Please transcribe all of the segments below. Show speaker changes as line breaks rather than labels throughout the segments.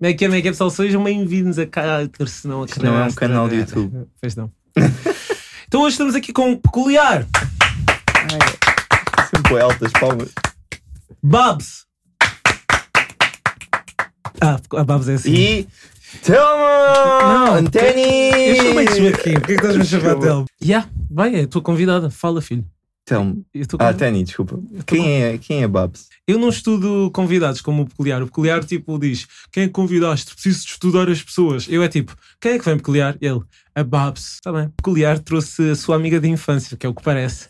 Make a Make é Pessoal, sejam bem-vindos a Cáter, se não a
Isto não é um
Canastra.
canal de YouTube.
Pois não. então hoje estamos aqui com um peculiar
Sempre altas palmas.
Babs. Ah, a Babs é assim.
E. Telmo!
Não, Eu chamei-te
Anteni!
aqui, porque é que estás-me a chamar dele? Yeah, vai, é a tua convidada, fala filho.
Telmo.
Eu, estou
Ah,
convidado.
Tani, desculpa. Quem é, quem é Babs?
Eu não estudo convidados como o peculiar. O peculiar tipo diz: quem é que convidaste? Preciso de estudar as pessoas. Eu é tipo: quem é que vem peculiar? Ele, a Babs. Está bem. Peculiar trouxe a sua amiga de infância, que é o que parece.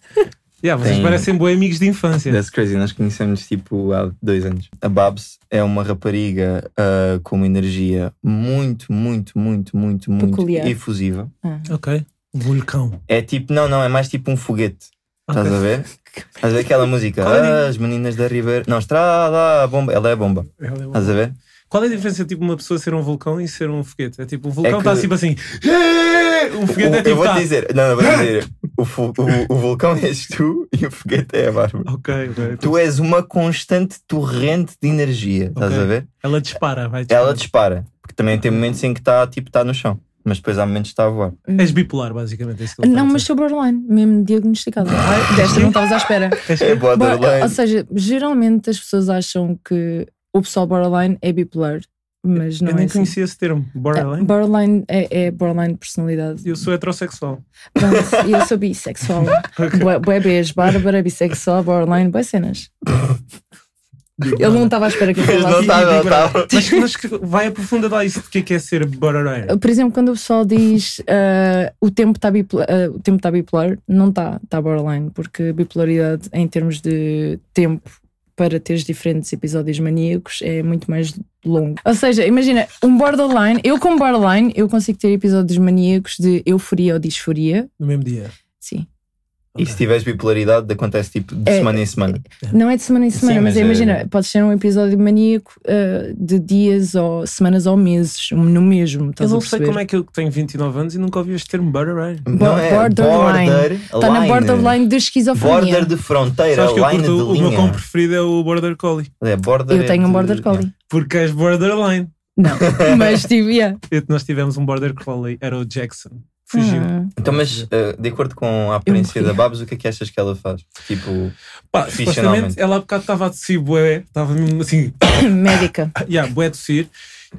yeah, vocês
Tem-
parecem bons amigos de infância.
That's crazy, nós conhecemos tipo há dois anos. A Babs é uma rapariga ah, com uma energia muito, muito, muito, muito, muito
Peculiar.
efusiva.
Ok. Um vulcão.
É tipo, não, não, é mais tipo um foguete. Estás a ver? Estás a ver aquela música?
Qual é a
Ah, as meninas da Ribeira. Não, estrada, bomba. Ela é bomba.
ver?
Estás a ver?
Qual é a diferença entre tipo, uma pessoa ser um vulcão e ser um foguete? É tipo, um vulcão
que-
está tipo assim. Um foguete é
O- eu
tipo.
vou
tá.
te dizer, não, não, vou te dizer. O, fu- o- o vulcão és tu e o foguete é a Bárbara.
Ok, ok.
Tu és uma constante torrente de energia, estás
Ok.
a ver?
Ela dispara, vai disparar.
Ela dispara, porque também tem momentos em que está tipo, tá no chão, mas depois há momentos que está a voar.
És bipolar, basicamente. É isso que ele está a
Não, mas
dizer.
sou borderline, mesmo diagnosticada. Desta não estavas à espera.
É
Bor- Ou
borderline.
seja, geralmente as pessoas acham que o pessoal borderline é bipolar, mas não
Eu
é
nem
assim.
conhecia esse termo.
É,
Borderline.
borderline é, é borderline de personalidade.
Eu sou heterossexual.
Pronto, e eu sou bissexual. Bué- Bué beijo, Bárbara, bissexual, borderline, boas cenas. Ele não tá- estava à espera que eu
Mas não
falasse.
estava, não tá. estava.
é? Mas, mas que vai aprofundar lá isso de que é que é ser borderline.
Por exemplo, quando o pessoal diz ah, o tempo está bipolar, ah, o tempo está bipolar, não está, está borderline, porque bipolaridade em termos de tempo para teres diferentes episódios maníacos é muito mais longo. Ou seja, imagina, um borderline, eu como borderline, eu consigo ter episódios maníacos de euforia ou disforia.
No mesmo dia.
Sim.
E se tiveres bipolaridade, acontece tipo de
É-
semana em semana.
Não é de semana em semana,
Sim,
mas,
mas é-
imagina, podes ter um episódio maníaco ah, de dias ou semanas ou meses, no mesmo.
Eu
Estás
não
a
sei
perceber?
como é que eu que tenho 29 anos e nunca ouvi este termo borderline.
Não é
borderline. Está Tá na
borderline.
borderline de esquizofrenia.
Border de fronteira,
Sabes que eu
é line de
curto, o meu cão
linha.
preferido é o border collie.
É, border
Eu tenho
é
um
de-
border collie.
Porque és borderline.
Não, mas tive, yeah.
Eu- Nós tivemos um border collie, era o Jackson. Fugiu.
Ah.
Então, mas eh, de acordo com a aparência
Eu
da
morri.
Babs, o que é que achas que ela faz? Tipo,
Pá, supostamente
Profissionalmente.
ela há bocado estava a tossir bué, estava mesmo assim,
Médica.
yeah, bué a tossir,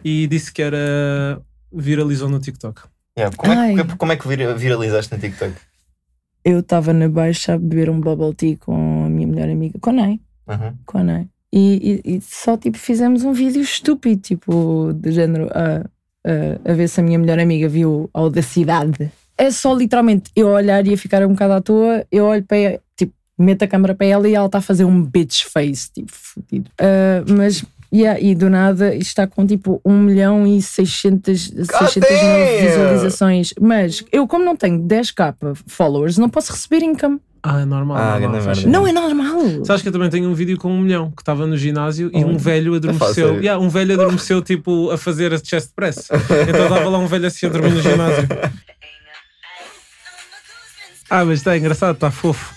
e disse que era. viralizou no TikTok.
yeah, como, é que,
Ai.
como é que vira- viralizaste no TikTok?
Eu estava na baixa a beber um bubble tea com a minha melhor amiga, com a Ney.
Uhum.
Com a Ney. é? E, e- e só tipo fizemos um vídeo estúpido, tipo, de género a, a, a ver se a minha melhor amiga viu a audacidade. É só literalmente eu olhar e a ficar um bocado à toa, eu olho para ela, tipo, meto a câmera para ela e ela está a fazer um bitch face, tipo, fodido. Ah, mas, yeah, e do nada isto está com tipo 1 milhão e 600, 609
damn!
visualizações. Mas eu, como não tenho 10k followers, não posso receber income.
Ah, é normal.
Ah,
normal,
grande
faz
merda.
sentido.
Não é normal.
Sabes que eu também tenho um vídeo com um milhão que estava no ginásio e um
Oh.
velho
fácil.
adormeceu. Yeah, um velho adormeceu tipo a fazer a chest press. Então estava lá um velho assim a dormir no ginásio. Ah, mas está engraçado, está fofo.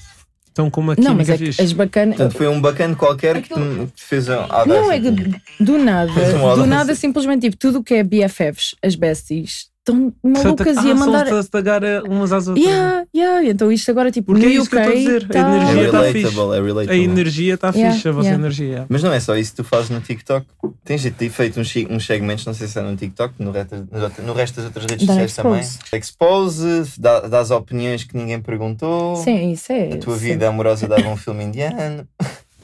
Estão com uma
Não, mas
química
é que
fixe.
as bacanas.
Portanto, foi um bacana qualquer que te, que te fez a audácia.
Não é que do nada,
Fez um
do
audácia.
nada, simplesmente tipo, tudo o que é BFFs, as besties, estão malucas
ah,
e
são
a mandar.
a tagar umas às outras.
Yeah, yeah, então isto agora tipo,
Porque
no
é isso que eu
UK,
estou a dizer, a
tá-
É
energia tá fixe.
relatable, é
A
relatable.
energia está
Yeah,
fixe, a vossa
yeah.
energia. yeah.
Mas não é só isso que tu fazes no TikTok. Tens de ter feito uns, chi- uns segmentos, não sei se é no TikTok, no, reta- nas outra- no resto das outras redes
Dar
sociais também.
expose.
Expose, dá, dás opiniões que ninguém perguntou.
Sim, isso é.
A tua vida amorosa dava um filme indiano.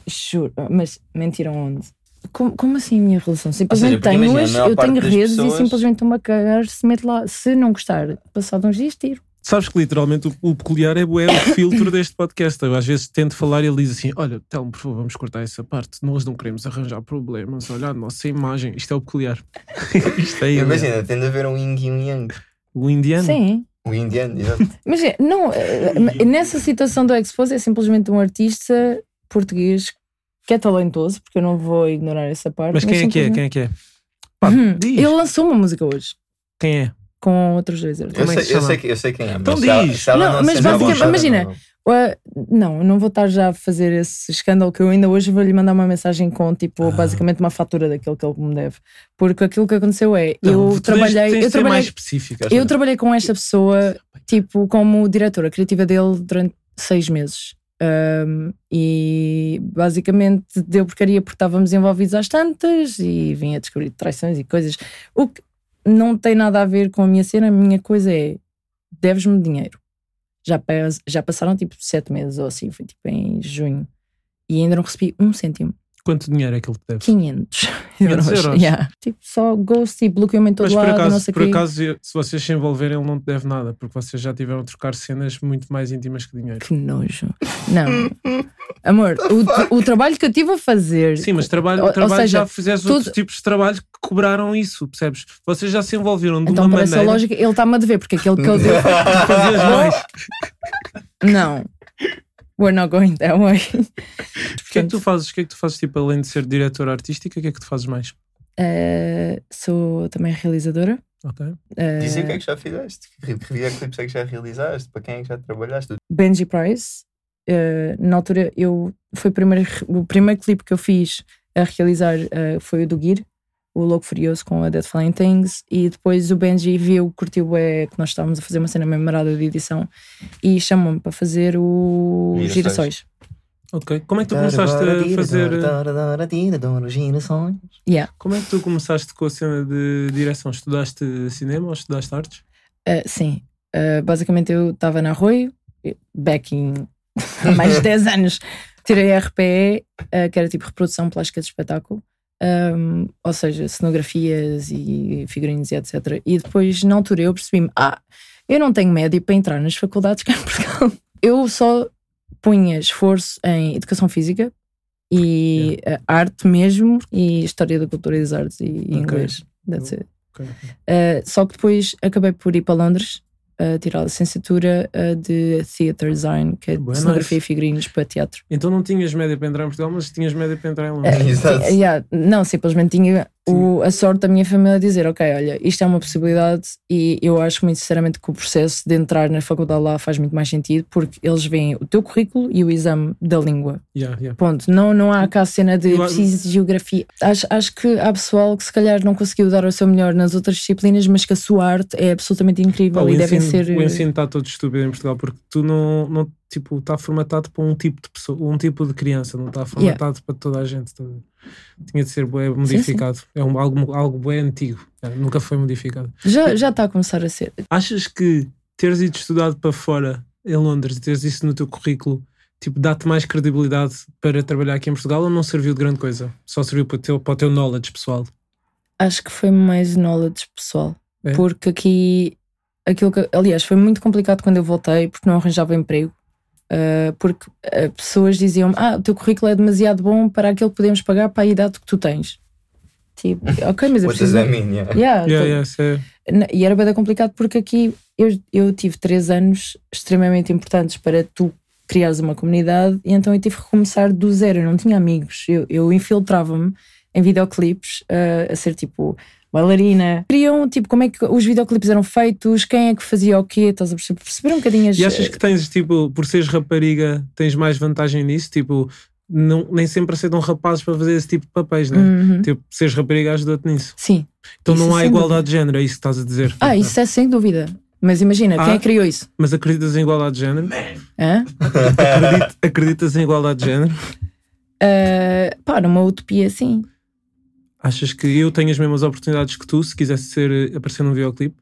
Juro, mas mentiram onde? Como, como assim a minha relação?
Ou seja,
Simplesmente
porque
tenho
imagina,
hoje,
a maior
eu
parte
tenho
das
redes
pessoas-
e simplesmente estou-me a cagar, se mete lá, se não gostar, passado uns dias tiro.
Sabes que literalmente o, o peculiar é, bué o filtro deste podcast. Eu às vezes tento falar e ele diz assim: Olha, Telmo, por favor, vamos cortar essa parte. Nós não queremos arranjar problemas. Olha a nossa imagem. Isto é o peculiar. Isto é ele.
Imagina, tem de haver um yin e um yang.
O indiano.
Sim.
Um indiano, exato.
Mas é, não, eh, nessa situação do Expose é simplesmente um artista português que é talentoso, porque eu não vou ignorar essa parte.
Mas quem é que é?
simplesmente-
Quem é que é? Pá,
Hum,
diz.
Ele lançou uma música hoje.
Quem é?
com outros dois artistas.
Eu
Como é que se
sei, eu,
chama?
sei, que- eu sei quem é. mas
Então
se ela-
diz.
se ela
Não, mas
se chamar
basicamente,
Gonçalo,
imagina,
não-
Ué, Não, eu não vou estar já a fazer esse escândalo que eu ainda hoje vou lhe mandar uma mensagem com tipo
Ah.
basicamente uma fatura daquilo que ele me deve. Porque aquilo que aconteceu é,
Não,
eu
Então, tu tens-
trabalhei,
Tens de ser
eu
mais
trabalhei,
específica.
eu trabalhei com esta pessoa tipo como diretora criativa dele durante seis meses. Ahm, e basicamente deu porcaria porque estávamos envolvidos às tantas e vinha a descobrir traições e coisas. O que não tem nada a ver com a minha cena, a minha coisa é deves-me dinheiro. Já, pas- já passaram tipo sete meses ou assim, foi tipo em junho. E ainda não recebi um cêntimo.
Quanto dinheiro é que ele te deve?
500
500
euros.
euros.
Yeah. Tipo, só ghost e bloqueou-me em todo
Mas por
lado, não
acaso,
sei o
por
quê.
acaso, se vocês se envolverem, ele não te deve nada, porque vocês já tiveram a trocar cenas muito mais íntimas que dinheiro.
Que nojo. Não. Amor, o, o trabalho que eu tive a fazer.
Sim, mas trabalho,
Ou- ou
trabalho
seja,
já fizeste
tudo-
outros tipos de trabalho que cobraram isso, percebes? Vocês já se envolveram de
Então,
uma
por essa
maneira.
lógica, ele está-me a dever, porque aquele que ele deu.
que fazias mais.
Não. We're not going that way.
O que é que tu fazes? O que é que tu fazes, tipo, além de ser diretora artística, o que é que tu fazes mais?
Eh, sou também realizadora.
Ok.
Eh,
Dizem o que é que já fizeste, que videoclipes é que já realizaste, para quem é que já trabalhaste.
Benji Price. eh, na altura, eu foi o primeiro, o primeiro clipe que eu fiz a realizar eh, foi o do Gear, o Louco Furioso com a Dead Flying Things. E depois o Benji viu, curtiu é que nós estávamos a fazer uma cena memorada de edição e chamou-me para fazer o
Girassóis.
Girassóis.
Ok. Como é que tu começaste a fazer. Como é que tu começaste com a cena de direção? Estudaste cinema ou estudaste artes?
Eh, sim, Eh, basicamente eu estava na Arroio, eh, back in há mais de 10 anos, tirei a RPE, eh, que era tipo reprodução plástica de espetáculo, Ahm, ou seja, cenografias e figurinos e etc. E depois, na altura, eu percebi-me: ah, eu não tenho médio para entrar nas faculdades cá em Portugal. Eu só punha esforço em educação física e eh, arte mesmo, e história da cultura e das artes e, e
Ok.
inglês. That's it.
Ok.
Uh, só que depois acabei por ir para Londres uh, tirar a licenciatura uh, de Theatre Design, que é
Boa,
cenografia
nice.
e figurinos para teatro.
Então não tinhas média para entrar em Portugal, mas tinhas média para entrar em Londres.
Exato.
Uh, yeah, não, simplesmente tinha o- a sorte da minha família dizer: Ok, olha, isto é uma possibilidade, e eu acho muito sinceramente que o processo de entrar na faculdade lá faz muito mais sentido, porque eles veem o teu currículo e o exame da língua.
Yeah, yeah.
Ponto. Não, não há cá a cena de
Eu-
preciso de geografia. Acho, acho que há pessoal que se calhar não conseguiu dar o seu melhor nas outras disciplinas, mas que a sua arte é absolutamente incrível
Pá, o,
e devem
ensino,
ser. eh,
o ensino está todo estúpido em Portugal porque tu não, não tipo, está formatado para um tipo de pessoa, um tipo de criança, não está formatado para toda a gente. tá a ver? Tinha de ser bué modificado. É um, algo, algo bué antigo. É, nunca foi modificado.
Já, já está a começar a ser.
Achas que teres ido estudado para fora em Londres e teres isso no teu currículo, tipo, dá-te mais credibilidade para trabalhar aqui em Portugal ou não serviu de grande coisa? Só serviu para o teu, para o teu knowledge pessoal?
Acho que foi mais knowledge pessoal.
É?
Porque aqui. Aquilo que, aliás, foi muito complicado quando eu voltei porque não arranjava emprego. Ah, porque ah, pessoas diziam Ah, o teu currículo é demasiado bom para aquilo que podemos pagar para a idade que tu tens. Tipo, ok, mas eu
What does
preciso.
that mean? Yeah.
Yeah, então,
Yeah,
tô-
yeah, isso é-
Na- E era bem complicado porque aqui eu, eu tive três anos extremamente importantes para tu criares uma comunidade e então eu tive que começar do zero, eu não tinha amigos, eu, eu infiltrava-me em videoclipes ah, a ser tipo bailarina. Queriam, tipo, como é que os videoclipes eram feitos, quem é que fazia o quê, estás a perceber? Perceber um bocadinho as...
E achas que tens, tipo, por seres rapariga, tens mais vantagem nisso? Tipo, não, nem sempre aceitam rapazes para fazer esse tipo de papéis, né?
Uhum.
Tipo, seres rapariga ajuda-te nisso.
Sim.
Então não
Isso
há
sem
igualdade de género, é isso que estás a dizer.
Ah, isso é sem dúvida. Mas imagina,
Ah.
quem é que criou isso?
Mas acreditas em igualdade de género?
Hã?
Acredit- acreditas em igualdade de género?
Ah, pá, numa utopia assim.
Achas que eu tenho as mesmas oportunidades que tu se quisesse ser, eh, aparecer num videoclipe?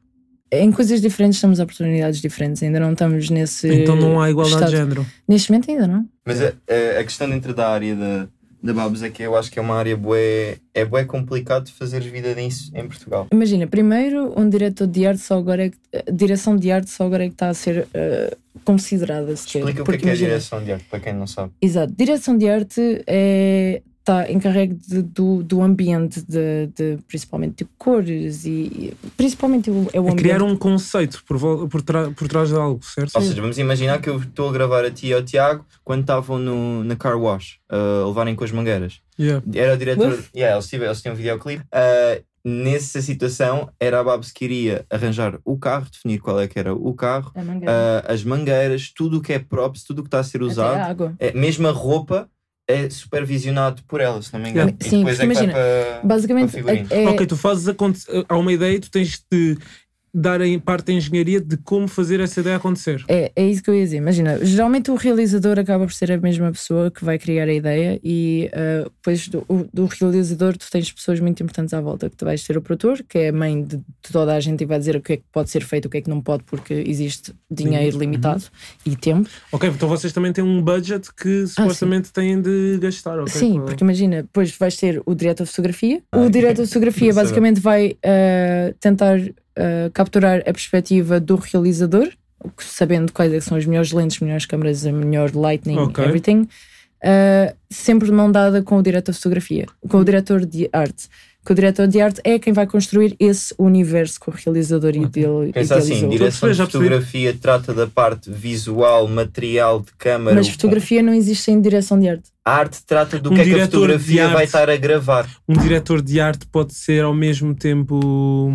Em coisas diferentes temos oportunidades diferentes, ainda não estamos nesse.
Então não há igualdade
estado-
de género.
Neste momento ainda não.
Mas a, a- a questão dentro da área da, da Babos é que eu acho que é uma área bué, é bué complicado de fazer vida nisso em Portugal.
Imagina, primeiro um diretor de arte só agora é que, eh, direção de arte só agora é que está a ser eh, considerada sequer.
Explica o que é,
Porque
que é
imagina-
direção de arte, para quem não sabe.
Exato, direção de arte é está encarregue de- do, do ambiente de, de- principalmente de cores e, e principalmente o-
É
é o ambiente
criar um conceito por, vol- por, tra- por trás de algo, certo?
Ou seja, vamos imaginar que eu estou a gravar a ti e ao Tiago quando estavam no, na car wash, a levarem com as mangueiras.
Yeah.
Era o diretor.
Uf.
Yeah, eles, tiveram, eles tinham um videoclipe. ah, Nessa situação, era a Babs que iria arranjar o carro, definir qual é que era o carro,
um
A mangueira.
ah, as mangueiras, tudo o que é props, tudo o que está a ser
Até a
usado,
água.
é, mesmo a roupa, é supervisionado por ela, se não me engano.
Sim,
e depois
porque
é que vai
imagina,
para-
Basicamente,
Para figurinos.
é, é-
Ok, tu fazes acontecer. Há uma ideia e tu tens de dar em parte da engenharia de como fazer essa ideia acontecer.
É, é isso que eu ia dizer. Imagina, geralmente o realizador acaba por ser a mesma pessoa que vai criar a ideia, e ah, depois do, o- do realizador tu tens pessoas muito importantes à volta, que tu vais ter o produtor, que é a mãe de, de toda a gente e vai dizer o que é que pode ser feito, o que é que não pode, porque existe dinheiro
Limite.
limitado e tempo.
Ok, então vocês também têm um budget que supostamente têm de gastar, ok?
Ah,
é?
Sim,
Com-
porque imagina, depois vais ter o diretor de fotografia.
Ah,
o diretor de fotografia
Não sei.
basicamente vai ah, tentar ah, capturar a perspectiva do realizador, sabendo quais é que são as melhores lentes, melhores câmaras, a melhor lightning,
Ok.
everything. Ah, sempre de mão dada com o diretor de fotografia, com o diretor de arte. Que o diretor de arte é quem vai construir esse universo que o realizador ideal,
Pensa assim,
idealizou.
direção
percebi,
de
já percebi.
fotografia trata da parte visual, material, de câmara.
Mas
o-
fotografia não existe sem direção de arte.
A arte trata do
Um
que é que a
diretor de
fotografia
arte.
vai estar a gravar.
Um diretor de arte pode ser ao mesmo tempo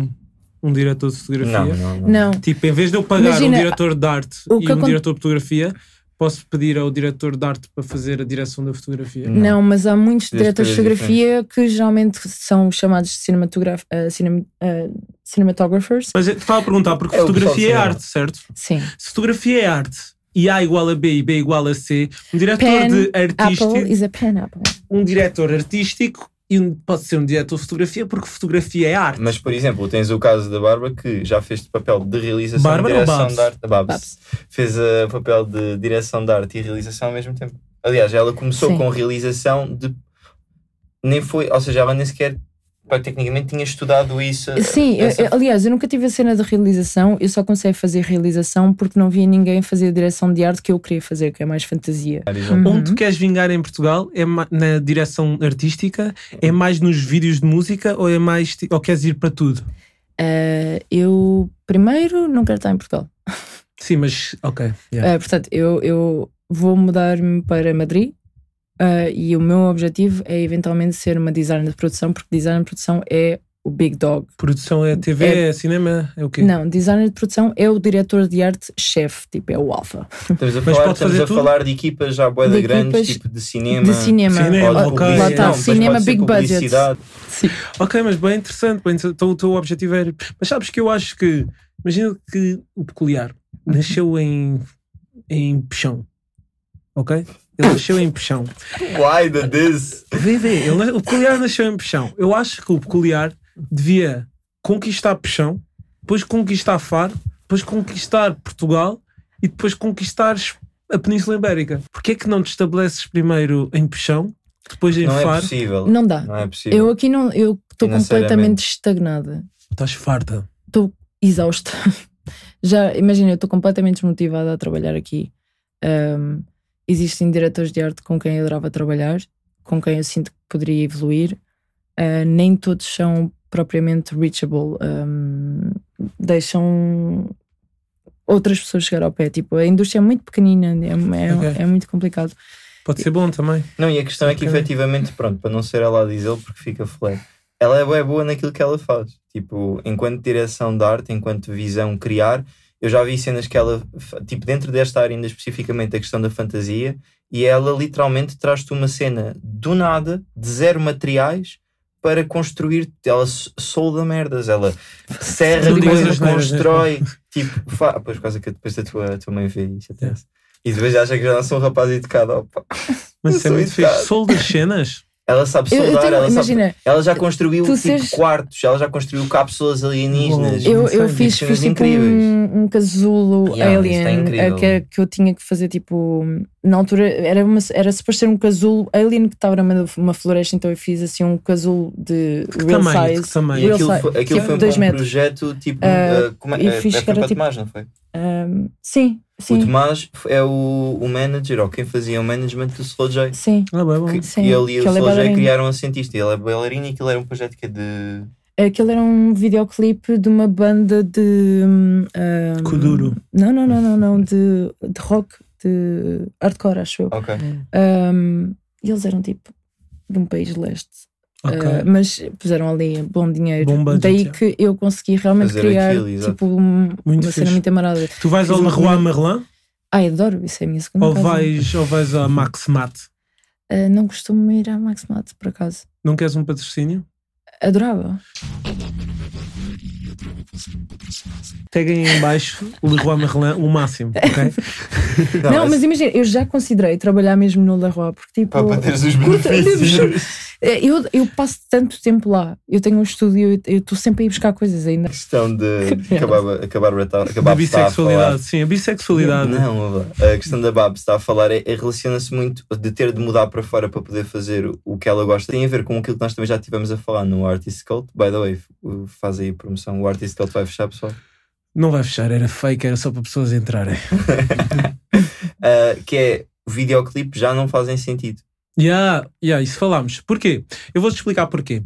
um diretor de fotografia.
Não, não, não.
Não.
Tipo, em vez de eu pagar
Imagina,
um diretor de arte
o
e
que
um
acon-
diretor de fotografia, posso pedir ao diretor de arte para fazer a direção da fotografia.
Não.
Não, mas há muitos
Três
diretores de
coisas
fotografia que geralmente são chamados de cinematograf- ah, cinema- ah, cinematographers.
Mas eu te estava a perguntar, porque
É o pessoal
fotografia
de
é
cinema.
arte, certo?
Sim.
Se fotografia é arte e A igual a B e B igual a C, um diretor
Pen,
de
Apple
artístico,
is a pineapple.
um diretor artístico e um- pode ser um diretor de fotografia, porque fotografia é arte.
Mas, por exemplo, tens o caso da Bárbara que já fez de papel de realização
Bárbara
e
ou
direção
Babs?
de arte. Babs.
Babs.
Fez o papel de direção de arte e realização ao mesmo tempo. Aliás, ela começou
Sim.
com realização de. Nem foi, ou seja, ela nem sequer pá, tecnicamente tinha estudado isso.
Sim, eu-
Eh, essa-
eu- aliás, eu nunca tive a cena de realização, eu só comecei a fazer realização porque não via ninguém fazer a direção de arte que eu queria fazer, que é mais fantasia.
Uhum.
Hum.
Onde tu queres vingar em Portugal é ma- na direção artística? É mais nos vídeos de música ou é mais ti- ou queres ir para tudo?
Ah, eu, primeiro, não quero estar em Portugal.
Sim, mas ok. yeah.
Ah, portanto, eu, eu vou mudar-me para Madrid ah, e o meu objetivo é eventualmente ser uma designer de produção, porque designer de produção é o big dog.
Produção é TV, é,
É-
cinema, é o quê?
Não, designer de produção é o diretor de arte chefe, tipo, é o alfa.
Estamos a
Mas
falar,
pode
estamos
fazer
a
tudo?
falar de equipas já boeda
De
grandes,
equipas
tipo de cinema.
de cinema.
Cinema,
Ou de
ok.
publicidade.
Lá está,
Não, mas pode
cinema
ser
big budget.
publicidade.
Sim.
Ok, mas bem interessante. Bem interessante. Então o teu objetivo era. Mas sabes que eu acho que. Imagina que o peculiar nasceu em. em Peixão. Ok? Ele nasceu em Peixão.
Why the this?
Vê, vê. ele nas- o peculiar nasceu em Peixão. Eu acho que o peculiar devia conquistar Peixão, depois conquistar Faro, depois conquistar Portugal e depois conquistar es- a Península Ibérica. Porquê é que não te estabeleces primeiro em Peixão, depois em
Não é
Faro?
possível.
Não dá.
Não é possível.
Eu aqui não, eu estou
Financeiramente.
completamente estagnada,
Estás farta.
exausta. Já, imagina, eu estou completamente desmotivada a trabalhar aqui. Ahm, existem diretores de arte com quem eu adorava trabalhar, com quem eu sinto que poderia evoluir. Ah, nem todos são propriamente reachable. ahm, deixam outras pessoas chegar ao pé. Tipo, a indústria é muito pequenina, é, é-
Ok.
é muito complicado.
Pode ser bom também.
Não, e a questão é que
Ok.
efetivamente, pronto, para não ser ela a dizê-lo, porque fica flat. Ela é bué boa naquilo que ela faz. Tipo, enquanto direção de arte, enquanto visão criar, eu já vi cenas que ela, fa- tipo, dentro desta área, ainda especificamente a questão da fantasia, e ela literalmente traz-te uma cena do nada, de zero materiais, para construir. Ela s- solda merdas, ela serra
Não digas
coisas,
as neiras, né?
constrói. Tipo, fa... pois, quase que depois da tua, tua mãe vê isso. até
Yeah.
se- E depois acha que já não sou um rapaz educado. Opa.
Mas
Eu
isso é
sou
muito
educado.
fixe. Sol das cenas.
Ela sabe
Eu,
soldar,
eu tenho,
ela, sabe,
imagina,
ela já construiu
tu
tipo,
seres-
quartos, ela já construiu cápsulas alienígenas.
Uou.
Eu, eu
Sim,
fiz,
cenas
fiz tipo
incríveis.
um, um casulo
é
Yeah, isso está
alien
incrível.
eh, que, que eu tinha que fazer tipo. Na altura era, uma, era suposto ser um casulo alien que estava numa uma floresta, então eu fiz assim um casulo de
Que
real
tamanho? Que
size.
E
tamanho?
Real
aquilo
size,
foi, aquilo
tipo
foi um
dois
bom
metros.
projeto, tipo.
Ah,
uh, como é,
e
é,
fiz
é,
que era
foi para
tipo-
Tomás, não foi?
Ahm, sim,
O
sim.
Tomás é o, o manager, ou quem fazia o management do Slow J.
Sim,
Ah, bem, bom.
Que,
Sim,
e ele e o
que ele é
Slow J
bailarino.
criaram a cientista. Ele é bailarino e aquilo era um projeto que é de.
aquele era um videoclipe de uma banda de. hum, ahm,
Kuduro.
Não, não, não, não, não, de, de rock, de hardcore, acho eu.
Ok.
Ahm, e eles eram tipo de um país de leste.
Ah, Ok.
eh,
Uh, mas puseram ali bom dinheiro.
Bom budget,
Daí
é.
que eu consegui realmente
Fazer
criar
aquilo, exato.
tipo, um- uma
Muito
cena
fixe.
muito amarada.
Tu vais ao
Fiz um
Leroy
filme.
Merlin
Ai, adoro, isso é a minha
um
segunda
ou
casa.
vais, ou vais a Max Mat?
Uh, não costumo ir à Max Mat, por acaso.
Não queres um patrocínio?
Adorava.
Peguem em baixo Leroy Merlin o máximo, ok?
Não,
é
mas
assim.
imagina, eu já considerei trabalhar mesmo no Leroy, porque tipo.
Para teres os
Puta,
benefícios.
eh, Eu, eu passo tanto tempo lá. Eu tenho um estúdio, eu estou sempre a ir buscar coisas ainda.
questão de acabar, acabar, acabar
Da
a estar a falar.
bissexualidade, sim, a bissexualidade.
Não, a questão da Babs está a falar é, é relaciona-se muito de ter de mudar para fora para poder fazer o- o que ela gosta. Tem a ver com aquilo que nós também já tivemos a falar no Artist Cult. By the way, f- uh, faz aí a promoção. O Artist Cult vai fechar, pessoal.
Não vai fechar, era fake, era só para pessoas entrarem.
Ah, que é o videoclipe já não fazem sentido.
Yeah, yeah, isso falámos. Porquê? Eu vou-te explicar porquê.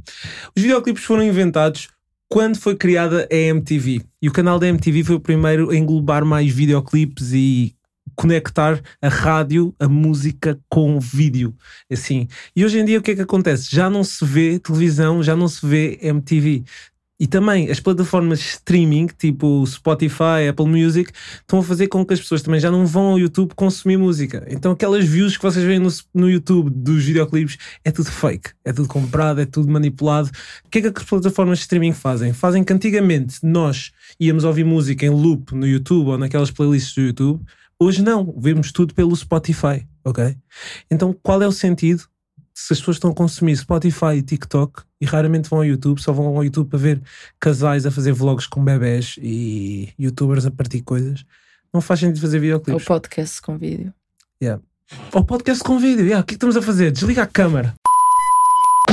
Os videoclipes foram inventados quando foi criada a MTV. E o canal da MTV foi o primeiro a englobar mais videoclipes e conectar a rádio, a música com o vídeo. Assim. E hoje em dia o que é que acontece? Já não se vê televisão, já não se vê MTV. E também as plataformas de streaming, tipo Spotify, Apple Music, estão a fazer com que as pessoas também já não vão ao YouTube consumir música. Então aquelas views que vocês veem no, no YouTube dos videoclipes é tudo fake, é tudo comprado, é tudo manipulado. O que é que as plataformas de streaming fazem? Fazem que antigamente nós íamos ouvir música em loop no YouTube ou naquelas playlists do YouTube. Hoje não, vemos tudo pelo Spotify, ok? Então qual é o sentido se as pessoas estão a consumir Spotify e TikTok e raramente vão ao YouTube, só vão ao YouTube para ver casais a fazer vlogs com bebés e youtubers a partir coisas, não faz sentido fazer
Ou
videoclipes.
podcast com vídeo.
Ou podcast com vídeo, yeah, o que é que estamos a fazer? Desliga a câmara.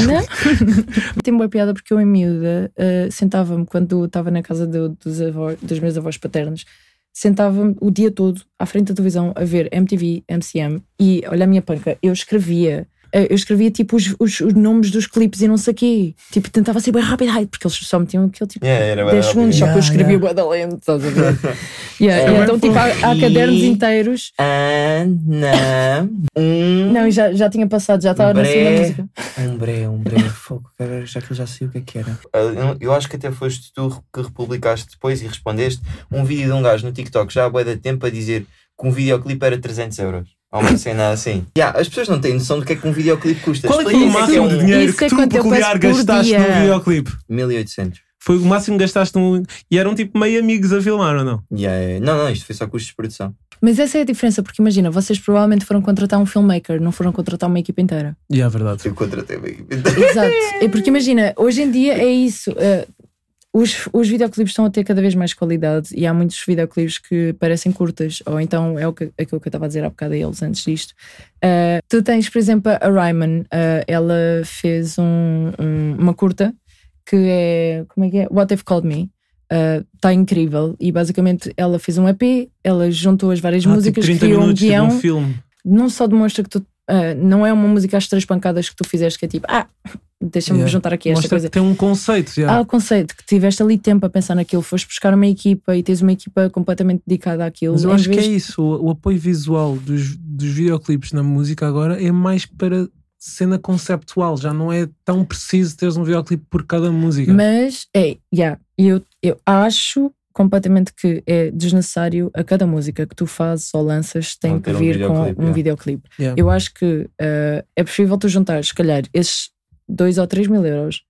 Não? Tem boa piada porque eu, em miúda, eh, sentava-me quando estava na casa do- dos, avós, dos meus avós paternos, sentava-me o dia todo à frente da televisão a ver MTV, MCM e olha a minha panca, eu escrevia. eh, Eu escrevia tipo os, os- os nomes dos clipes e não sei o quê. Tipo, tentava ser bem rápido, ai, porque eles só metiam aquele tipo
Yeah, era
10 segundos, só que eu
Yeah,
escrevia boa da lento, estás a ver? Yeah,
É.
yeah, então, tipo, há, há
E-
cadernos inteiros.
Ana, um,
Não, eu já, já tinha passado, já estava na segunda
Bre-
música.
Umbré, umbré, fogo, cara, já que eu já sei o que é que era. Eu, eu acho que até foste tu que republicaste depois e respondeste um vídeo de um gajo no TikTok já há bué de tempo a dizer que um videoclipe era 300 euros. Ou uma cena assim. Yeah, as pessoas não têm noção do que é que um videoclipe custa.
Qual é que foi
Explica
o
isso
máximo de
um
dinheiro
Isso é
que tu,
quanto eu
peculiar,
peço por
gastaste
dia.
no videoclipe?
1800.
Foi o máximo que gastaste num. E eram tipo meio amigos a filmar ou não?
Yeah, yeah. é, Não, não, isto foi só custos de produção.
Mas essa é a diferença, porque imagina, vocês provavelmente foram contratar um filmmaker, não foram contratar uma equipa inteira.
E é verdade.
Eu contratei bem.
Exato. É porque imagina, hoje em dia é isso. eh, os, os videoclipes estão a ter cada vez mais qualidade e há muitos videoclipes que parecem curtas, ou então é o que, aquilo que eu estava a dizer há bocado a eles antes disto. Eh, tu tens, por exemplo, a Ryman, eh, ela fez um- um- uma curta que é. Como é que é? What They've Called Me. Está incrível e basicamente ela fez um EP, ela juntou as várias
Ah, tipo
músicas,
30
criou um
minutos de
guião,
um filme.
não só demonstra que tu ah, não é uma música às três pancadas que tu fizeste que é tipo, ah, deixa-me
Yeah.
juntar aqui esta
Mostra
coisa. Ah,
que tem um conceito.
Há
Yeah.
o conceito que tiveste ali tempo a pensar naquilo, foste buscar uma equipa e tens uma equipa completamente dedicada àquilo.
Mas eu
em
acho que é
vez-
isso. O, o apoio visual dos, dos videoclipes na música agora é mais para cena conceptual. Já não é tão preciso teres um videoclipe por cada música.
Mas, é, yeah, eu, eu acho completamente que é desnecessário a cada música que tu fazes ou lanças tem
Não
que
ter um
vir com um
videoclipe, yeah.
videoclipe.
Yeah.
Eu acho que ah, é preferível tu juntar, se calhar, esses dois ou três mil euros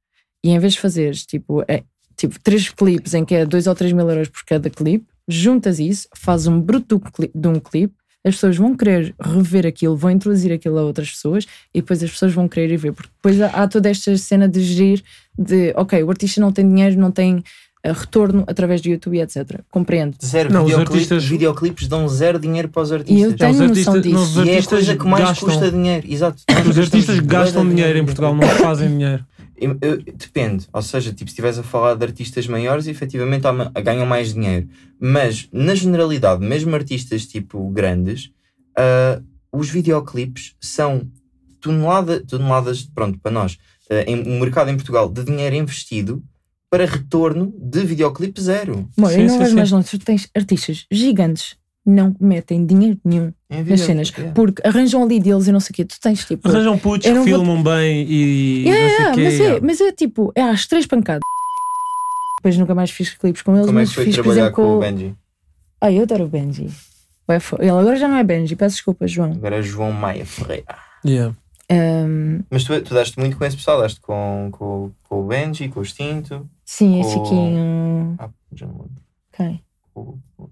e em vez de fazeres tipo, é, tipo três clipes em que é dois ou três mil euros por cada clipe, juntas isso, fazes um bruto do cli- de um clipe. As pessoas vão querer rever aquilo, vão introduzir aquilo a outras pessoas e depois as pessoas vão querer ir ver. Porque depois há- há toda esta cena de gerir de ok, o artista não tem dinheiro, não tem eh, retorno através do YouTube, e etc. Compreendo.
Zero.
Não, os
videoclipe-
artistas-
Videoclipes dão zero dinheiro para os
E eu
artistas.
Já os
tenho noção
artistas-
disso.
nós- os
E é a
artistas
coisa que mais
gastam.
custa dinheiro. Exato.
Os artistas gastam dinheiro em Portugal, não fazem dinheiro.
Eu- eu- depende, ou seja, tipo, se estiveres a falar de artistas maiores, efetivamente há ma- ganham mais dinheiro. Mas, na generalidade, mesmo artistas tipo grandes, ah, os videoclipes são tonelada, toneladas, pronto, para nós, ah, em, um mercado em Portugal, de dinheiro investido para retorno de videoclipe zero.
Amor,
Sim,
e não
sim,
vais
sim.
mais longe, tu tens artistas gigantes não metem dinheiro nenhum
É evidente,
nas cenas.
yeah.
Porque arranjam ali deles e não sei o quê. Tu tens tipo.
Arranjam putos
Eu
que
não vou-
filmam bem e.
Yeah,
não sei o
yeah,
quê,
mas, é,
yeah.
mas é tipo, é às três pancadas. Depois nunca mais fiz clipes com eles,
Como é
mas
que foi
fiz, por
trabalhar
exemplo,
com o Benji?
Ah, eu adoro o Benji. Bué fo- Ele agora já não é Benji, peço desculpa, João.
Agora é João Maia Ferreira.
é-
Yeah.
Ahm,
Mas tu, tu daste muito com esse pessoal, daste com, com, com o Benji, com o Extinto.
sim, é
Com-
Chiquinho.
Ah, já me lembro.
Quem?
Com, o-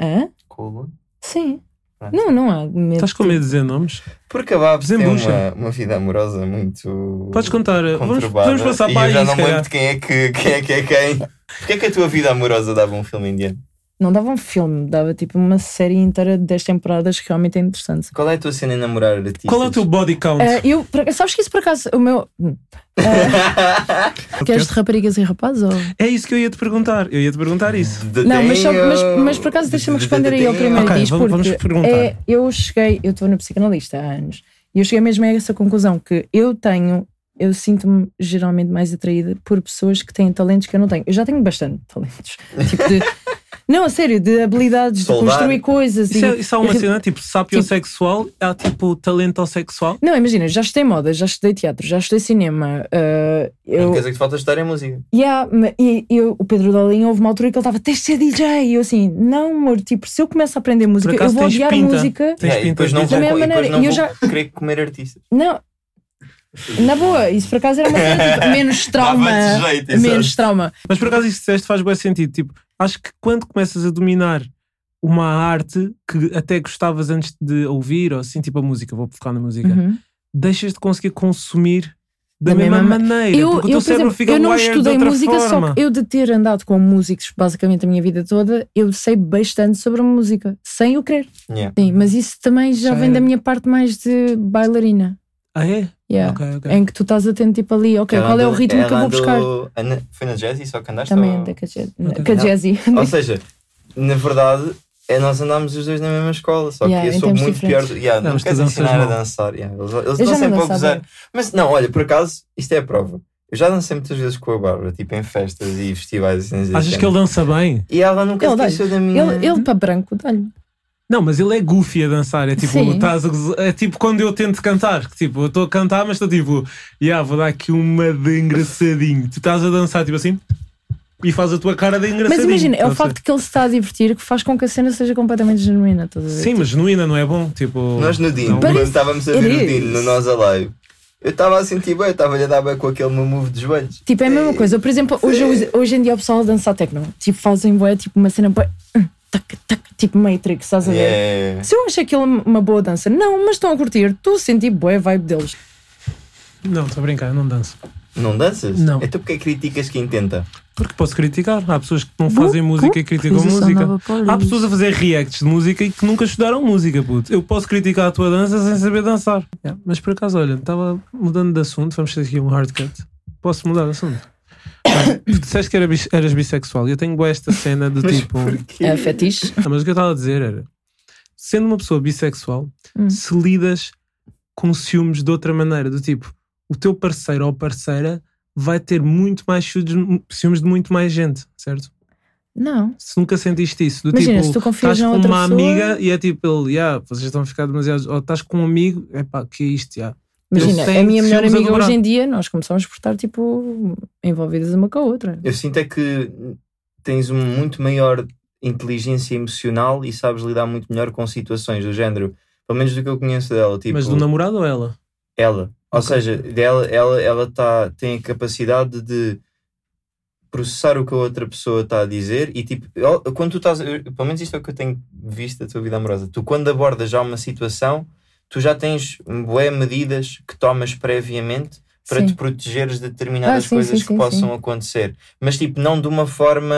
Hã?
com o Lula.
Sim.
Pronto.
Não, não há medo.
Estás com medo de dizer nomes?
Porque a Babs tem
Desembucha.
uma, uma vida amorosa muito.
Podes contar. Vamos,
conturbada.
podemos passar
né? e
para aí,
eu já
se
não me
calhar.
lembro de quem é que, quem é que é quem. Porquê é que a tua vida amorosa dava um filme indiano?
Não dava um filme, dava tipo uma série inteira de 10 temporadas que realmente é interessante.
Qual é a tua cena em namorar artistas?
Qual é o teu body count?
Ah, eu, por- sabes que isso por acaso, o meu. Queres de raparigas e rapazes? Ou...
É isso que eu ia te perguntar. Eu ia te perguntar isso.
Não, mas, só- mas, mas por acaso deixa-me responder aí ao primeiro
Ok,
diz
vamos-
porque
vamos perguntar.
é, eu cheguei, eu estou na psicanalista há anos e eu cheguei mesmo a essa conclusão que eu tenho, eu sinto-me geralmente mais atraída por pessoas que têm talentos que eu não tenho. Eu já tenho bastante talentos, tipo de não, a sério, de habilidades
Soldar.
de construir coisas
Isso
e
é, isso é uma cena tipo sapiosexual, há tipo talento sexual.
não, imagina, eu já estudei moda, já estudei teatro, já estudei cinema. ah, eu,
Não quer dizer que te falta estudar em música.
Yeah, ma- e eu, o Pedro Dolinho houve uma altura que ele estava, tens de ser DJ. E eu assim, não, amor, tipo, se eu começo a aprender música,
acaso
eu vou
tens
odiar
pinta.
música.
Tens
Yeah, e
pinta
depois
de
não
dizer.
vou,
Da
e
mesma
depois
maneira,
não
e eu
vou
já-
querer comer artistas.
Não, na boa, isso por acaso era uma coisa tipo, menos trauma.
Dava-te jeito, exato.
menos trauma.
Mas por acaso isso que disseste faz bem sentido. Tipo, acho que quando começas a dominar uma arte que até gostavas antes de ouvir, ou assim, tipo a música, vou focar na música,
Uhum.
deixas de conseguir consumir da,
Da
mesma,
mesma ma-
maneira.
Eu,
porque o
eu,
teu
por
cérebro
exemplo,
fica
eu não
wired de
estudei
outra
música,
forma.
só que eu de ter andado com músicos basicamente a minha vida toda, eu sei bastante sobre a música, sem eu querer.
Yeah.
Sim, mas isso também já
Já
vem
era.
da minha parte mais de bailarina.
Ah, é?
Yeah.
Ok, ok.
Em que tu estás atento, tipo ali, ok,
Ela
qual é o
andou-
ritmo que eu
ela
vou buscar?
andou- Ana- Foi na Jazzy só que andaste?
Também
ou-
anda com a Jazzy.
Ok.
Com a Jazzy.
Ou seja, na verdade, é nós andámos os dois na mesma escola, só que
Yeah,
eu
em
sou
termos
muito
diferentes.
pior. do- Yeah,
Não,
não,
mas tu
queres
danças
ensinar a
mal.
dançar. yeah, Eles, eles
Eu já
estão
não
sempre a
dançava.
gozar. Mas não, olha, por acaso, isto é a prova. Eu já dancei muitas vezes com a Bárbara, tipo em festas e festivais e cenas
Achas
desse
que ele
género.
dança bem?
E ela nunca
Ele
se esqueceu da minha.
Ele, ele para branco, dá-lhe.
Não, mas ele é goofy a dançar. É tipo,
Sim.
estás a gozar- é tipo quando eu tento cantar. Que, tipo, eu estou a cantar, mas estou tipo, yeah, vou dar aqui uma de engraçadinho. Tu estás a dançar, tipo assim, e faz a tua cara de engraçadinho.
Mas imagina, é
Estás
o
a-
facto que ele se está a divertir que faz com que a cena seja completamente genuína. Estás a ver?
Sim, mas genuína não é bom. Tipo,
Nós no Dino,
não-
Parece- é
quando estávamos a
It
ver o
is.
Dino no Nós Alive, eu estava a sentir bem, eu estava-lhe a dar bem com aquele meu move de joelhos.
Tipo, é a mesma coisa. Eu, Por exemplo, hoje, hoje- hoje em dia o pessoal dança techno. Tipo, fazem boé, tipo uma cena boé, tac, tac, tipo Matrix, estás a ver?
Yeah.
Se eu acho aquilo uma boa dança, não, mas estão a curtir, estou a sentir boé a vibe deles.
Não, estou a brincar, eu não danço.
Não danças?
Não.
Então porque é que criticas quem tenta?
Porque posso criticar. Há pessoas que não fazem música e criticam
Fez isso, é
música.
andava por
Há
isso.
pessoas a fazer reacts de música e que nunca estudaram música, puto. Eu posso criticar a tua dança sem saber dançar. Yeah, Mas por acaso, olha, estava mudando de assunto. Vamos ter aqui um hard cut. Posso mudar de assunto? Ah, tu disseste que era bis- eras bissexual. Eu tenho bué esta cena do
Mas
tipo.
porquê?
É fetiche.
Ah, mas o que eu estava a dizer era: sendo uma pessoa bissexual,
Hum.
se lidas com ciúmes de outra maneira, do tipo, o teu parceiro ou parceira vai ter muito mais ciúmes, ciúmes de muito mais gente, certo?
Não.
Se nunca sentiste isso, do
Imagina, se
tipo,
tu confias
estás
na
com
outra
uma
pessoa-
amiga e é tipo, ele, yeah, vocês estão a ficar demasiado. Ou estás com um amigo, é pá, que é isto, yeah.
Imagina,
Eu sei
a minha melhor
ciúmes a
amiga
dobrar.
hoje em dia, nós começamos por estar tipo envolvidas uma com a outra.
Eu sinto é que tens uma muito maior inteligência emocional e sabes lidar muito melhor com situações do género, pelo menos do que eu conheço dela, tipo
Mas do namorado ou ela?
ela. Ou
Ok.
seja, dela, ela, ela tá, tem a capacidade de processar o que a outra pessoa está a dizer e tipo, ela- quando tu estás, eu- pelo menos isto é o que eu tenho visto da tua vida amorosa, tu quando abordas já uma situação, tu já tens boé medidas que tomas previamente para te
Sim.
protegeres de determinadas
Ah, sim,
coisas
sim,
que
sim,
possam acontecer. Mas, tipo, não de uma forma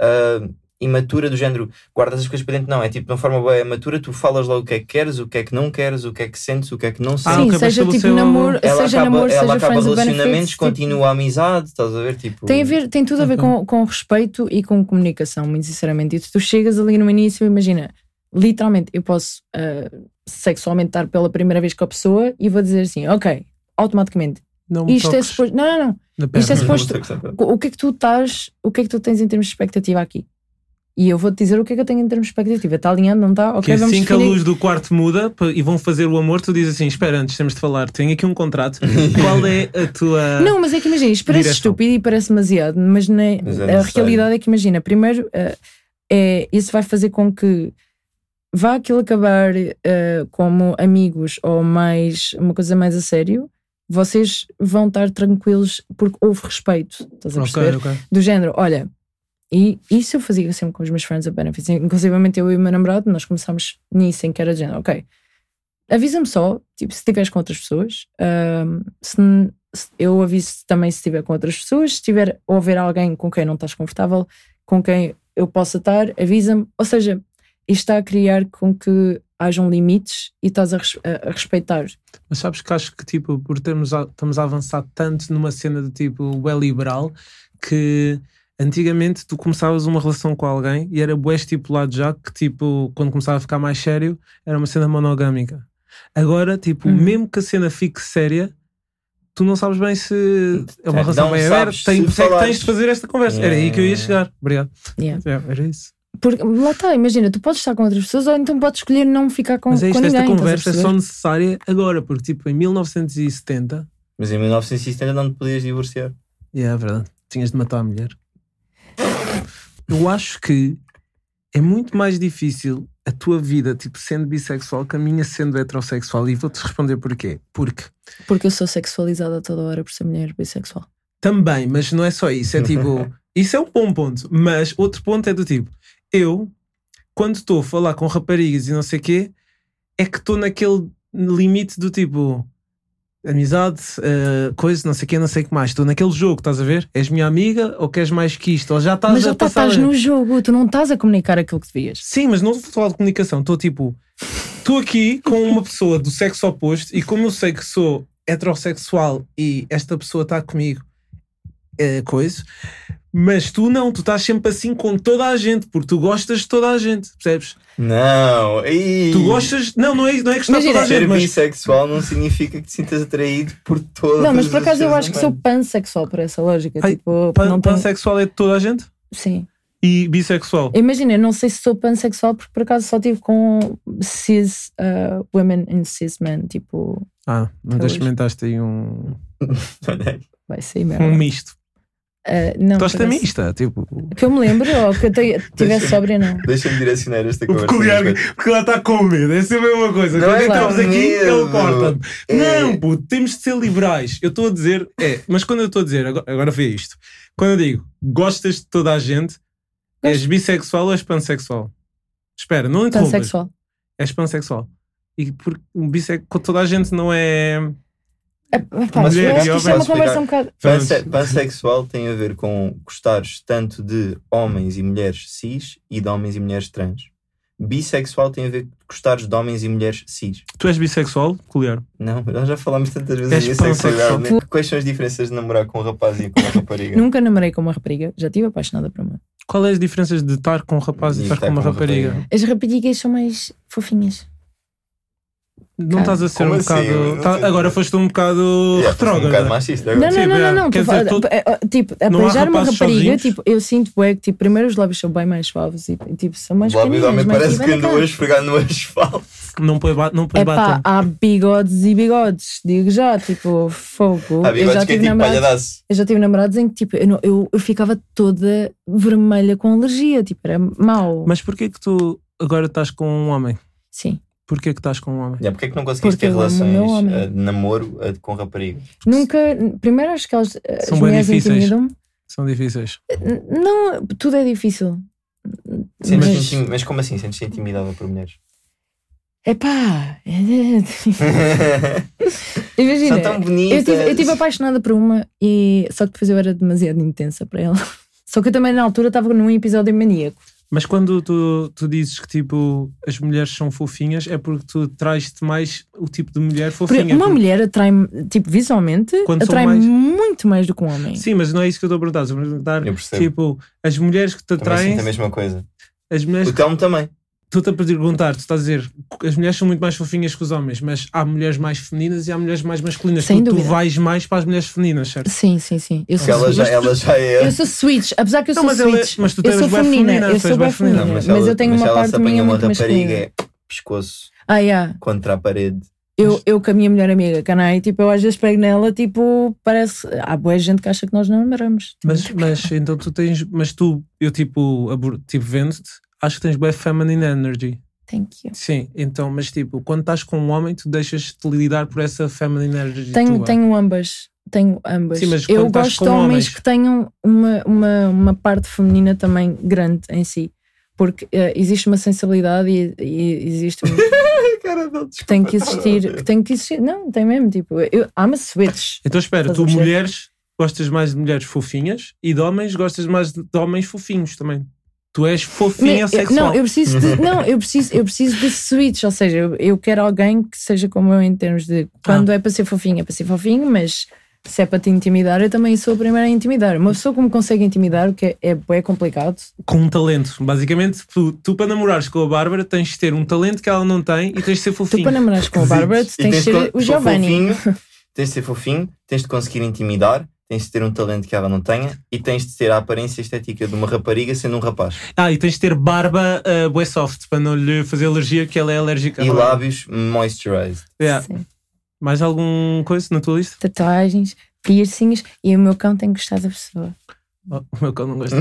ah, imatura, do género guardas as coisas para dentro, não. É tipo, de uma forma bem imatura, tu falas logo o que é que queres, o que é que não queres, o que é que sentes, o que é que não
Ah,
sentes.
Sim,
ok,
seja
mas
tipo
estabeleceu-
namoro,
ela
seja
acaba,
namoro,
ela
seja
acaba
friends with benefits.
relacionamentos,
tipo,
continua a amizade, estás a ver? Tipo,
Tem, a ver, tem tudo a ver
Ok.
com, com respeito e com comunicação, muito sinceramente. E tu, tu chegas ali no início, imagina, literalmente, eu posso ah, sexualmente estar pela primeira vez com a pessoa e vou dizer assim, ok, automaticamente,
Não me
isto é
toques
suposto. Não, não, não.
na
isto é
perna.
suposto- o que é que tu estás, o que é que tu tens em termos de expectativa aqui? E eu vou-te dizer o que é que eu tenho em termos de expectativa. Está alinhado, não está? Ok,
Que
vamos
assim que a
definir.
luz do quarto muda p- e vão fazer o amor, tu dizes assim: espera, antes temos de falar, tenho aqui um contrato. Qual é a tua.
Não, mas é que imagina, isto parece
Direção.
estúpido e parece demasiado, mas, na,
Mas é
a
necessário.
realidade é que imagina, primeiro eh, é, isso vai fazer com que vá aquilo acabar eh, como amigos ou mais uma coisa mais a sério, vocês vão estar tranquilos porque houve respeito, estás a perceber?
Ok, ok.
do género, olha, e isso eu fazia sempre com os meus friends a benefits, inclusive eu e o meu namorado, nós começámos nisso, em que era de género, ok, avisa-me só, tipo, se estiveres com outras pessoas, ahm, se, n- se- eu aviso também se estiver com outras pessoas, se tiver ou houver alguém com quem não estás confortável, com quem eu possa estar, avisa-me, ou seja, isto está a criar com que hajam limites e estás a, res- a- a respeitar.
Mas sabes que acho que, tipo, por termos a- estamos a avançar tanto numa cena do tipo bué liberal, que antigamente tu começavas uma relação com alguém e era bué estipulado já que, tipo, quando começava a ficar mais sério, era uma cena monogâmica. Agora, tipo,
Uhum.
mesmo que a cena fique séria, tu não sabes bem se é uma
Não
relação bem aberta.
sabes
Tem,
se
por isso é que
falares.
tens de fazer esta conversa. Era aí que eu ia
Yeah.
chegar. Obrigado.
Yeah.
É, era isso.
Porque lá está, imagina, tu podes estar com outras pessoas ou então podes escolher não ficar com,
Mas é
com
isto,
ninguém.
esta
estás a
conversa é
perceber?
só necessária agora, porque, tipo, em 1970,
Mas em 1970 não te podias divorciar.
É, é verdade. Tinhas de matar a mulher. Eu acho que é muito mais difícil a tua vida, tipo, sendo bissexual, que a minha sendo heterossexual. E vou-te responder porquê. Porque
Porque eu sou sexualizada a toda hora por ser mulher bissexual.
também, mas não é só isso. É tipo, isso é um bom ponto. Mas outro ponto é do tipo, eu, quando estou a falar com raparigas e não sei o quê, é que estou naquele limite do tipo. Amizade, eh, coisa, não sei o quê, não sei o que mais. Estou naquele jogo, estás a ver? És minha amiga ou queres mais que isto? Ou já estás
Mas
a
já tá-
passar.
estás no jogo, tu não estás a comunicar aquilo que devias.
Sim, mas não estou a falar de comunicação. Estou tipo, estou aqui com uma pessoa do sexo oposto e como eu sei que sou heterossexual e esta pessoa está comigo, é coisa. Mas tu não, tu estás sempre assim com toda a gente, porque tu gostas de toda a gente, percebes?
Não! Ei.
Tu gostas. Não, não é, não é que está
Imagina,
toda a gente,
Ser
mas.
bissexual não significa que te sintas atraído por todas
Não, mas por
as
acaso eu
pessoas
acho que
do
sou
mundo.
pansexual por essa lógica.
Ai,
tipo,
Pan,
não tenho...
pansexual é de toda a gente
Sim.
e bissexual.
Imagina, eu não sei se sou pansexual porque por acaso só tive com cis uh, women and cis men. Tipo,
Ah, nunca
Talvez.
experimentaste aí um,
Olha,
vai sair merda.
um misto.
Uh, não,
Estás-te
parece-
mista, tipo.
Que eu me lembro ou que eu te- tivesse sóbria, não.
Deixa-me direcionar esta conversa.
porque ela está com medo, é sempre a mesma coisa.
Não
Quando
é
entramos
com
aqui,
medo.
ele corta-me.
É.
Não, puto, temos de ser liberais. Eu estou a dizer, é, mas quando eu estou a dizer, agora, agora vê isto. Quando eu digo gostas de toda a gente, és bissexual ou és pansexual? Espera, não interrompas.
Pansexual.
És pansexual. E porque um bissex com toda a gente não é.
Ah, pá,
Mas
eu
é,
acho que
eu
isto é uma
posso
conversa um bocado.
Panse pansexual tem a ver com gostares tanto de homens e mulheres cis e de homens e mulheres trans. Bissexual tem a ver com gostares de homens e mulheres cis.
Tu és bissexual, colher.
Não, nós já falámos tantas
És
vezes de sexualidade.
pansexual.
né? Quais são as diferenças de namorar com um rapaz e com uma rapariga?
Nunca namorei com uma rapariga, já estive apaixonada por uma.
Qual é as diferenças de estar com um rapaz e,
E
estar com uma rapariga?
As raparigas são mais fofinhas.
Não estás a ser
Como
um
assim? Eu
bocado.
não
tá-
sei.
agora foste um bocado
Yeah, tu és um
retrógrada.
bocado machista.
Não,
agora.
Sim,
não, não, não, não.
quer
Tô
dizer,
falando-
todo-
é, é, Tipo,
Não há
beijar uma
rapazes
rapariga,
sozinhos?
tipo, eu sinto é que tipo, primeiro os lábios são bem mais suaves e tipo, são mais
O
pequeninos.
homem
mais-
parece
e
que é.
bem na
andou
cara.
a esfregar no asfalto.
Não põe, ba- não põe
Epá,
batom.
há bigodes e bigodes, digo já, tipo, fogo.
Há
eu, já
bigodes que é
tive
tipo
namorados,
palhadaço.
eu já tive namorados em que tipo, eu, não- eu, eu ficava toda vermelha com alergia, tipo, era mau.
Mas porquê que tu agora estás com um homem?
Sim.
Porquê que estás com um homem?
Yeah, Porquê é que não conseguiste
Porque
ter
eu amo o
relações
meu homem.
eh, de namoro eh, com raparigas?
Nunca, primeiro acho que elas, as
bem
mulheres
difíceis.
intimidam-me.
São difíceis.
N- Não, tudo é difícil.
Sentes
Mas-
intim- mas como assim? Sentes-te intimidada por mulheres?
Epá, é, imagina.
São tão
né? Eu
bonitas.
estive, eu estive apaixonada por uma, e só que depois eu era demasiado intensa para ela. Só que eu também na altura estava num episódio maníaco.
Mas quando tu, tu dizes que tipo as mulheres são fofinhas, é porque tu traz-te mais o tipo de mulher
Por-
fofinha.
uma
porque-
mulher atrai-me, tipo, visualmente,
Quando são
atrai-me
mais-
muito mais do que um homem.
Sim, mas não é isso que eu estou a perguntar. Estou a perguntar
Eu percebo.
tipo, as mulheres que te
Também
atraem,
sinto a mesma coisa.
as mulheres
O Telmo também.
Estou-te a perguntar, tu estás a dizer as mulheres são muito mais fofinhas que os homens, mas há mulheres mais femininas e há mulheres mais masculinas.
Sem
tu, tu
dúvida.
vais mais para as mulheres femininas, certo?
Sim, sim, sim. Eu
Porque
sou,
ela
switch.
já, ela já é.
eu sou switch, apesar que eu
Não,
sou
mas ela- é-
switch.
mas tu
eu
tens
sou
bué
feminina,
feminina,
eu
tu és
sou
bué
bem feminina,
feminina.
Não,
mas,
ela-
eu tenho
mas
uma
ela
parte
se apanha
minha
uma
muito
rapariga,
masculina.
é pescoço
Ah, yeah.
contra a parede.
Eu, eu com a minha melhor amiga, Canai, tipo, eu às vezes pego nela, tipo, parece. Há boa gente que acha que nós não namoramos. Tipo,
Mas, mas então tu tens, mas tu, eu tipo, abor- tipo vendo-te, acho que tens bem feminine energy.
Thank you.
Sim, então, mas tipo, quando estás com um homem, tu deixas-te lidar por essa feminine energy.
Tenho,
tua.
tenho ambas. Tenho ambas.
ah? Sim, mas quando
eu
estás
gosto
com
de homens,
homens-
que tenham uma, uma, uma parte feminina também grande em si. Porque eh, existe uma sensibilidade e, e existe um-
Cara, não, desculpa.
tem que existir. Que tem que existir. Não, tem mesmo. Tipo, eu, I'm a switch.
Então espera,
Estás
tu
a perceber?
mulheres gostas mais de mulheres fofinhas e de homens gostas mais de de homens fofinhos também. Tu és fofinha
Mas eu-
sexual.
não, eu preciso de, não, eu preciso, eu preciso de switch, ou seja, eu, eu quero alguém que seja como eu em termos de quando é para ser fofinho, é para ser fofinho, mas se é para te intimidar, eu também sou a primeira a intimidar. Uma pessoa que me consegue intimidar, o que é, é, bué complicado,
Com um talento. Basicamente, tu, tu para namorares com a Bárbara tens de ter um talento que ela não tem e tens de ser
tu para
fofinho.
namorares com a Bárbara, tu
E
tens de
de
ser
co-
o
ser
Giovanni.
fofinho, tens de ser fofinho, tens de conseguir intimidar, tens de ter um talento que ela não tenha e tens de ter a aparência estética de uma rapariga sendo um rapaz.
Ah, e tens de ter barba uh, bué soft para não lhe fazer alergia, que ela é alérgica. à
E
barba.
lábios moisturized.
Yeah.
Sim.
Mais algum coisa na tua lista?
Tatuagens, piercings e o meu cão tem que gostar da pessoa.
Oh, o meu cão não gosta.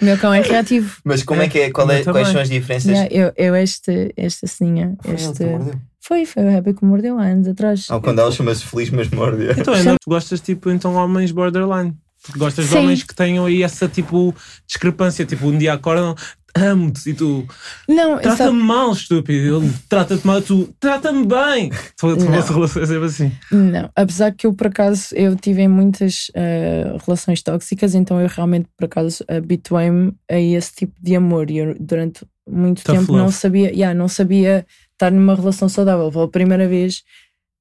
O meu cão é reativo.
Mas como é que é? Qual
Eu
é
também.
quais são as diferenças?
Yeah, eu, eu este, esta senha,
Foi ele que
este,
me mordeu. Oh.
foi, foi o Happy que me mordeu há anos atrás.
Ou quando ela chama-se feliz, mas morde.
Então, é, não? tu gostas tipo então homens borderline. Porque gostas de
Sim.
homens que tenham aí essa tipo discrepância, tipo um dia acordam, amo-te e tu
Não, sabe-
trata-me mal, estúpido. Ele trata-te mal, tu trata-me bem. Tu tu
Não.
essa relação é sempre assim.
Não, apesar que eu por acaso eu tive em muitas eh, relações tóxicas, então eu realmente por acaso habituei-me a esse tipo de amor e eu, durante muito
Tough
tempo
love.
não sabia, yeah, não sabia estar numa relação saudável. Pela primeira vez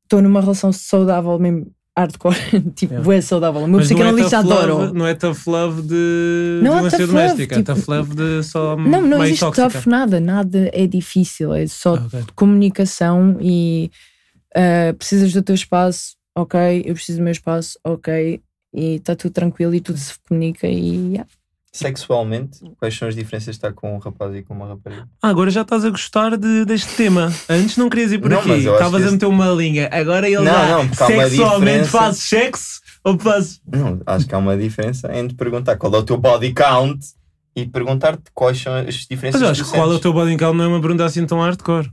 estou numa relação saudável mesmo hardcore, tipo,
Yeah.
é saudável. O meu
não é,
psicanalista
tough
adora.
love, não é tough love de
Não é
violência
tough love,
doméstica,
tipo-
é tough love de só
Não, não
meio
existe
tóxica.
tough nada, nada é difícil, é só
Ah, ok.
comunicação e uh, precisas do teu espaço, ok, eu preciso do meu espaço, ok, e está tudo tranquilo e tudo se comunica e yeah.
Sexualmente, quais são as diferenças de estar com um rapaz e com uma rapariga?
Ah, agora já estás a gostar de- deste tema. Antes não querias ir por
Não,
aqui.
mas eu acho
Estavas
que
a meter uma linha. Agora ele
Não,
dá
não, porque há uma
sexualmente
diferença.
fazes sexo ou fazes
Não, acho que há uma diferença entre perguntar qual é o teu body count e perguntar-te quais são as diferenças
Mas eu
que
acho
tu
que qual é o
sentes.
teu body count não é uma pergunta assim tão hardcore.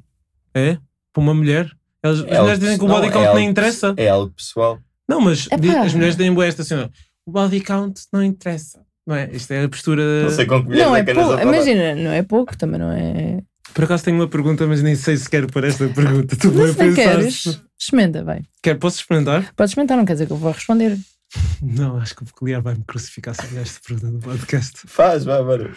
É? Para uma mulher? Elas, as
É
mulheres
algo-
dizem que o
não,
body
é
count
algo-
nem interessa.
É algo pessoal.
Não, mas
Epá.
di- as mulheres têm boa esta assim, ó, o body count não interessa. Não é? Isto é a postura.
Não sei com que mulheres
não é
é que andas a
pouco,
falar.
imagina, não é pouco, também não é.
Por acaso tenho uma pergunta, mas nem sei se quero para esta pergunta. Tu
Não
vou
se não
pensar.
queres, experimenta, vai.
Quer, posso experimentar?
Podes experimentar, não quer dizer que eu vou responder.
Não, acho que o peculiar vai me crucificar sobre esta pergunta do podcast.
Faz, vai, bora.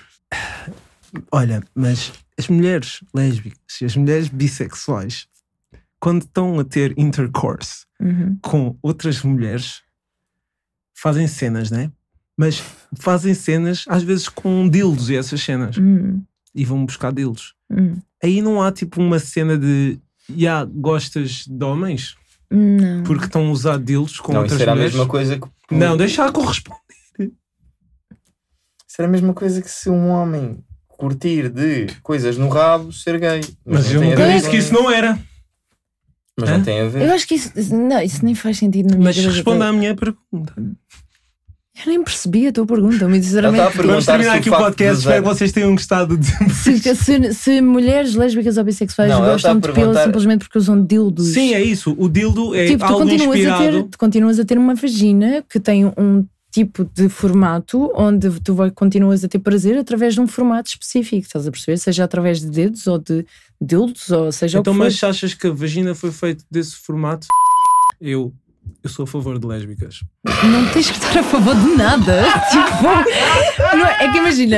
Olha, mas as mulheres lésbicas e as mulheres bissexuais, quando estão a ter intercourse,
Uhum.
com outras mulheres fazem cenas, né? Mas fazem cenas às vezes com dildos e essas cenas
Uhum.
e vão buscar dildos.
Uhum.
Aí não há tipo uma cena de já gostas de homens
Não.
porque estão a usar dildos com
não,
outras
isso era a
mulheres.
mesma coisa que.
Não, deixa a corresponder.
Isso era a mesma coisa que se um homem curtir de coisas no rabo, ser gay.
Mas, eu
tem a
nunca
ver
disse
com-
que isso não era.
Mas
Hã?
não tem a ver.
Eu acho que isso, não, isso nem faz sentido na minha
Mas
cabeça.
responda à minha pergunta.
Eu nem percebi a tua pergunta, muito sinceramente.
Ela está a
Vamos
Perguntar
terminar
se o
aqui o
facto
podcast.
de usar-
Espero que vocês tenham gostado de.
Se, se- se mulheres lésbicas ou bissexuais
Não, ela está a
gostam de pila
perguntar-
simplesmente porque usam dildos.
Sim, é isso. O dildo é
tipo, tu
algo
continuas a, ter,
inspirado.
tu continuas a ter uma vagina que tem um tipo de formato onde tu vai, continuas a ter prazer através de um formato específico, estás a perceber? Seja através de dedos ou de dildos, ou seja
Então,
o que for.
mas achas que a vagina foi feita desse formato? Eu, eu sou a favor de lésbicas.
Não tens que estar a favor de nada. tipo, não, é que imagina,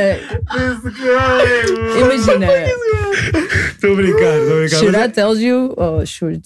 imagina,
Estou a brincar, estou a brincar.
should I tell you, oh, or should